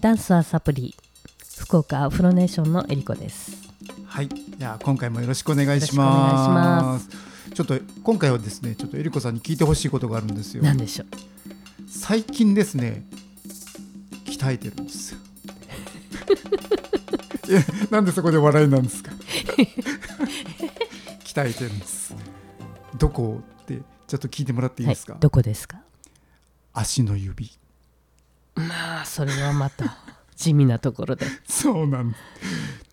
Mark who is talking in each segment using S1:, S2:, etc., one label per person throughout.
S1: ダンスはサプリ福岡アフロネーションのえりこです
S2: はい、じゃあ今回もよろしくお願いします。ちょっと今回はですね、ちょっとえりこさんに聞いてほしいことがあるんですよ。
S1: 何でしょう
S2: 最近ですね、鍛えてるんです よ。いや、なんでそこで笑いなんですか。鍛えてるんです。どこってちょっと聞いてもらっていいですか。
S1: はい、どこですか
S2: 足の指。
S1: まあそれはまた地味なところ で
S2: そうなんです。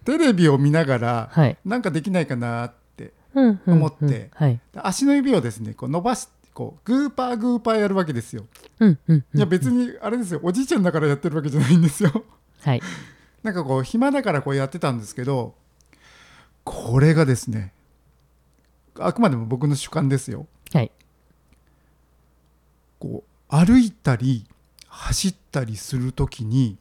S2: テレビを見ながら、
S1: はい
S2: なんかできないかなって
S1: うんうん
S2: 思って
S1: はい
S2: で足の指をですねこう伸ばしてこうグーパーグーパーやるわけですよ。
S1: うんうんうん
S2: いや別にあれですよおじいちゃんだからやってるわけじゃないんですよ。
S1: はい
S2: なんかこう暇だからこうやってたんですけどこれがですねあくまでも僕の主観ですよ。
S1: はい
S2: こう歩いたり走ったりするときに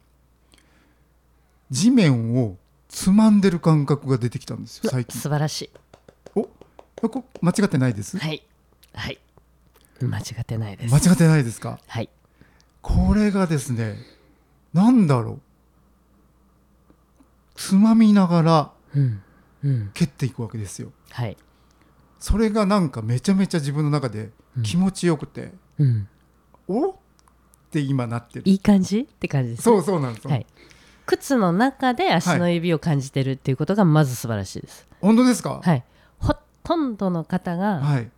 S2: 地面をつまんでる感覚が出てきたんですよ最近。
S1: 素晴らし
S2: おこ間違ってないです
S1: いはいはい間違ってないです
S2: 間違ってないですか
S1: はい
S2: これがですね、なんだろう。つまみながら
S1: うんうん
S2: 蹴っていくわけですよ。
S1: はい
S2: それがなんかめちゃめちゃ自分の中で気持ちよくて、
S1: うん
S2: おって今なってる。
S1: いい感じって感じです
S2: そうそうなんですよ、
S1: はい靴の中で足の指を感じてるっていうことがまず素晴らしいです
S2: 本当ですか
S1: はい、ほとんどの方が、
S2: はい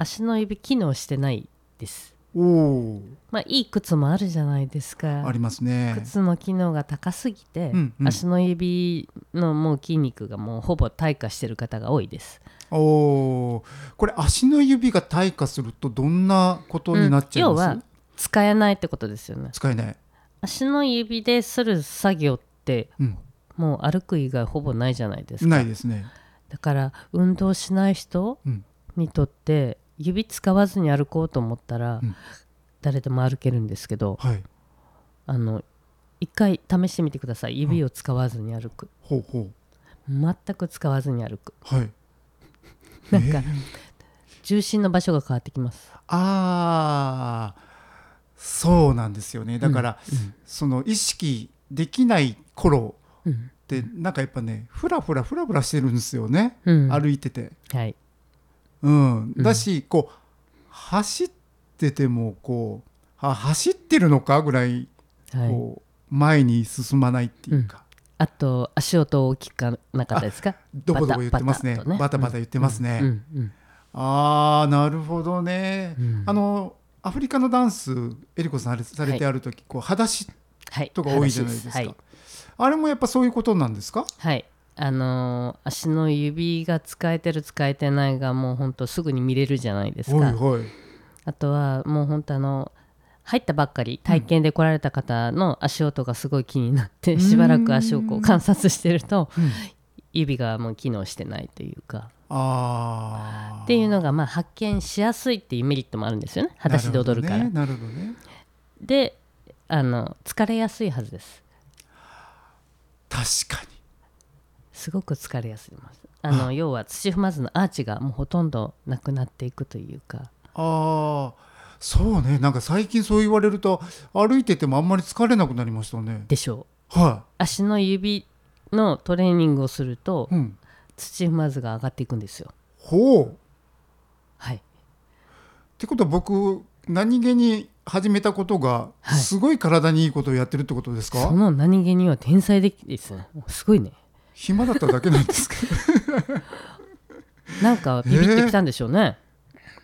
S1: 足の指機能してないです。
S2: おお、
S1: まあいい靴もあるじゃないです
S2: あ
S1: か。
S2: りますね。
S1: 靴の機能が高すぎて、
S2: うんうん
S1: 足の指のもう筋肉がもうほぼ退化してる方が多いです。
S2: おおー、これ足の指が退化するとどんなことになっちゃい
S1: 要
S2: ます、
S1: は使えないってことですよね。
S2: 使えない。
S1: 足の指でする作業って
S2: うん、
S1: もう歩く以外ほぼないじゃないですか。
S2: ないですね。
S1: だから運動しない人
S2: うん
S1: にとって指使わずに歩こうと思ったら、
S2: うん
S1: 誰でも歩けるんですけど、
S2: はい。
S1: あの一回試してみてください指を使わずに歩く、
S2: ほうほう。
S1: 全く使わずに歩く
S2: はい。
S1: なんか
S2: えー
S1: 重心の場所が変わってきます
S2: あーそうなんですよねだから、その意識できない頃
S1: うん、
S2: ってなんかやっぱねふらふらふらふらしてるんですよね、
S1: うん、
S2: 歩いてて、
S1: はい
S2: うん、だしこう走っててもこうあ走ってるのかぐらい
S1: はい
S2: こう、前に進まないっていうか、
S1: あと足音大きくなかったですか
S2: どこどこ言ってますね
S1: バ
S2: バ
S1: タ
S2: タ
S1: バ
S2: バ
S1: タ
S2: タ
S1: とね
S2: 言ってますね、
S1: うんうん
S2: ああなるほどね、
S1: うん
S2: あのアフリカのダンスえりこさんあれされてある時、こう裸足
S1: はい
S2: とか多いじゃないですか。
S1: はい、
S2: あれもやっぱそういうことなんですか？
S1: はい、あのー足の指が使えてる使えてないがもうほんとすぐに見れるじゃないですか
S2: はいはい。
S1: あとはもう本当あの入ったばっかり体験で来られた方の足音がすごい気になって、
S2: うん
S1: しばらく足をこう観察してると
S2: うん
S1: 指がもう機能してないというか
S2: ああ。
S1: っていうのがまあ発見しやすいっていうメリットもあるんですよね裸足で踊るから。
S2: なるほどね。なるほどね
S1: であの疲れやすいはずです
S2: 確かに。
S1: すごく疲れやすいですあの要は土踏まずのアーチがもうほとんどなくなっていくというか
S2: ああ。そうね。なんか最近そう言われると歩いててもあんまり疲れなくなりましたね。
S1: でしょう
S2: は
S1: 足の指のトレーニングをすると
S2: い。うん。
S1: 土踏まずが上がっていくんですよ
S2: ほう。っ
S1: はい
S2: てことは僕何気に始めたことが
S1: はい
S2: すごい体にいいことをやってるってことですか？
S1: その何気には天才的ですねすごいね
S2: 暇だっただけな んですか？
S1: なんかビビってきたんでしょうね、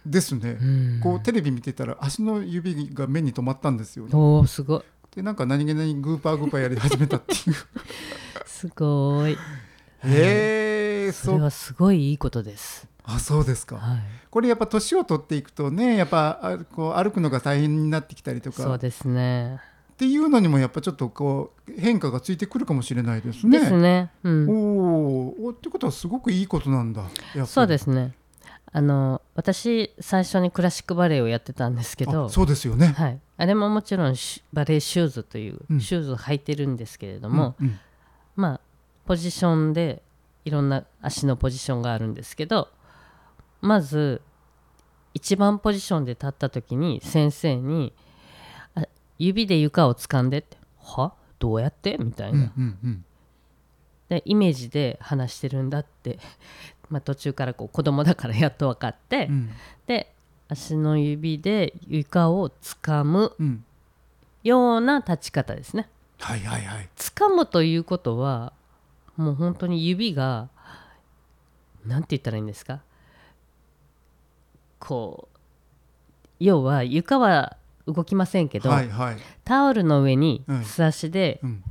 S2: ですね。
S1: うん
S2: こうテレビ見てたら足の指が目に留まったんですよね。
S1: おーすごい
S2: でなんか何気ないグーパーグーパーやり始めたっていう
S1: すごい
S2: へえ
S1: そ
S2: そ
S1: れ
S2: う
S1: はすごいいいことです
S2: あそうですか
S1: はい
S2: これやっぱ年を取っていくとねやっぱあこう歩くのが大変になってきたりと
S1: そ
S2: か
S1: う
S2: っ
S1: ですね
S2: ていうのにもやっぱちょっとこう変化がついてくるかもしれないですね。
S1: ですねう
S2: お
S1: ん
S2: ーおってことはすごくいいことなんだ
S1: そうですすねあの私最初にクラシックバレエをやってたんですけど
S2: そうですよね。
S1: はい、あれももちろんシュバレエシューズという
S2: うん
S1: シューズを履いてるんですけれども、
S2: うんうん
S1: まあポジションでいろんな足のポジションがあるんですけどまず一番ポジションで立った時に先生にあ「指で床を掴んで」って「はどうやってみたい
S2: うんう
S1: な、
S2: んうん
S1: でイメージで話してるんだって まあ途中からこう子供だからやっと分かって、
S2: うん
S1: で足の指で床を掴む
S2: うん
S1: ような立ち方ですね
S2: はいはいはい
S1: 掴むということはもう本当に指がなんて言ったらいいんですかこう要は床は動きませんけど、
S2: はいはい
S1: タオルの上に
S2: うん
S1: 素足で
S2: うん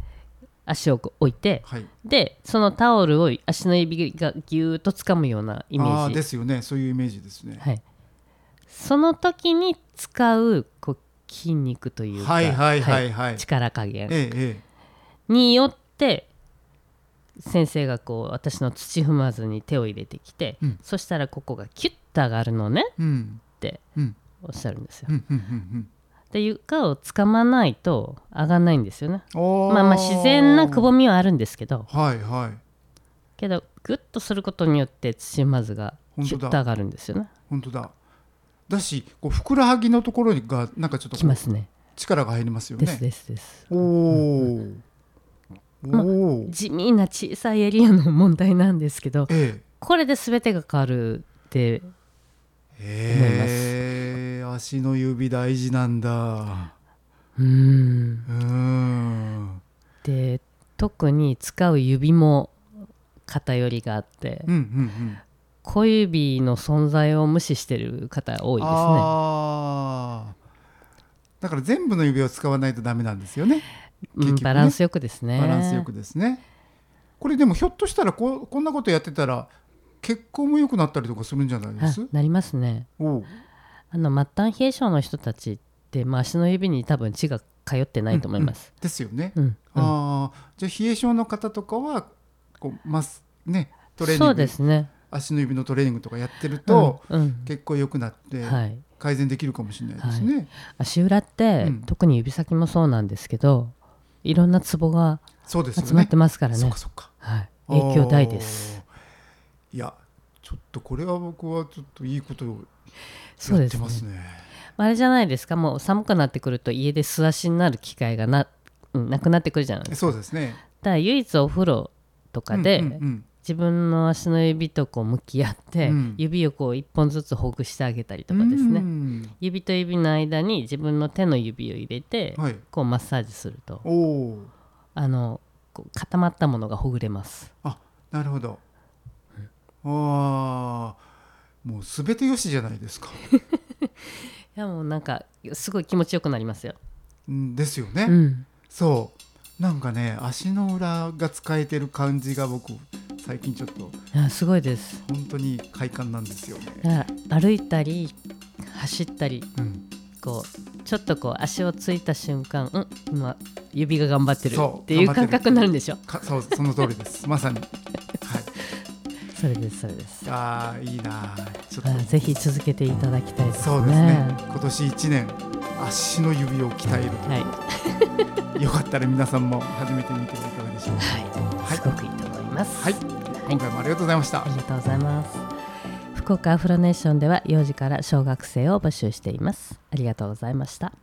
S1: 足をこう置いて、
S2: はい
S1: でそのタオルを足の指がぎゅーっと掴むようなイメー
S2: ああー
S1: ジ
S2: ですよねそういうイメージですね
S1: はい、その時に使うこう筋肉というか、
S2: はいはいはい
S1: は
S2: はい
S1: い力加減
S2: えええ
S1: によって先生がこう私の土踏まずに手を入れてきて、
S2: うん
S1: そしたらここがキュッと上がるのね
S2: えうん
S1: って
S2: うん
S1: おっしゃるんですよ。
S2: うんうんうん
S1: で床をつかまないと上がんないんですよね。
S2: うん
S1: まあまあ自然なくぼ
S2: み
S1: みはあるんですけど
S2: はいはい
S1: けどグッとすることによって土踏まずが
S2: 本
S1: キ
S2: 当
S1: ュ
S2: だ
S1: ッと上がるんですよね。
S2: 本当だだしこうふくらはぎのところがなんかちょっと
S1: きますね。
S2: 力が入りますよ
S1: です
S2: ね
S1: ですです。
S2: おおおお
S1: 地味な小さいエリアの問題なんですけど
S2: え
S1: これで全てが変わるって
S2: えええ足の指大事なんだ
S1: うーん
S2: うーん
S1: で特に使う指も偏りがあって
S2: うんうんうん
S1: 小指の存在を無視してる方多いですね
S2: あーだから全部の指を使わないとダメなんですよね
S1: うん
S2: 結局ね
S1: バランスよくですね
S2: バランスよくですね。これでもひょっとしたらこうこんなことやってたら血行も良くなったりとかするんじゃないで
S1: あ
S2: す？
S1: なりますね
S2: おう
S1: あの末端冷え症の人たちって、まあ、足の指に多分血が通ってないと思います、
S2: ですよね。
S1: うんうん
S2: ああじゃあ冷え症の方とかはこうマスねトレーニング
S1: そうですね
S2: 足の指のトレーニングとかやってると、
S1: うんうん
S2: 血行良くなって
S1: はい、
S2: 改善できるかもしれないですね。
S1: 足裏って、
S2: うん
S1: 特に指先もそうなんですけどいろんなツボが
S2: そうですよね。
S1: 集まってますからね
S2: そっかそっか。
S1: はい、影響大です
S2: あー。いやちょっとこれは僕はちょっといいことを
S1: そう
S2: や
S1: で
S2: って
S1: す
S2: ま
S1: ね
S2: すね。
S1: あれじゃないですかもう寒くなってくると家で素足になる機会がな,うん、なくなってくるじゃないですか
S2: そうですね。
S1: だから唯一お風呂とかで、
S2: うんうんうん
S1: 自分の足の指とこう向き合って、
S2: うん
S1: 指をこう一本ずつほぐしてあげたりとかですね、
S2: うん
S1: 指と指の間に自分の手の指を入れて、
S2: はい。
S1: こうマッサージすると
S2: おお。
S1: あのこう固まったものがほぐれます
S2: あ、なるほど。ああ、もうすべてよしじゃないですか。
S1: いやもうなんかすごい気持ちよくなりますよ、
S2: うんですよね。
S1: うん、
S2: そう。なんかね、足の裏が使えてる感じが僕最近ちょっと
S1: いやすごいです
S2: 本当に快感なんですよね。
S1: だから歩いたり走ったり
S2: うん、
S1: こうちょっとこう足をついた瞬間うん今指が頑張ってる
S2: そう
S1: っていう
S2: 頑張っ
S1: 感
S2: てる
S1: 覚になるんでしょ
S2: か、そうその通り です。まさに。はい。
S1: それですそれです
S2: ああ、いいなー。ちょっ
S1: あ
S2: と。
S1: ぜひ続けていただきたいですね
S2: そうですね。今年一年足の指を鍛える
S1: はい、
S2: と、よかったら皆さんも始めてみてはいかがでしょうか。
S1: はい、すごくいいと思います
S2: はい
S1: はい
S2: 今回もありがとうございました。
S1: ありがとうございます福岡アフロネーションでは幼児から小学生を募集していますありがとうございました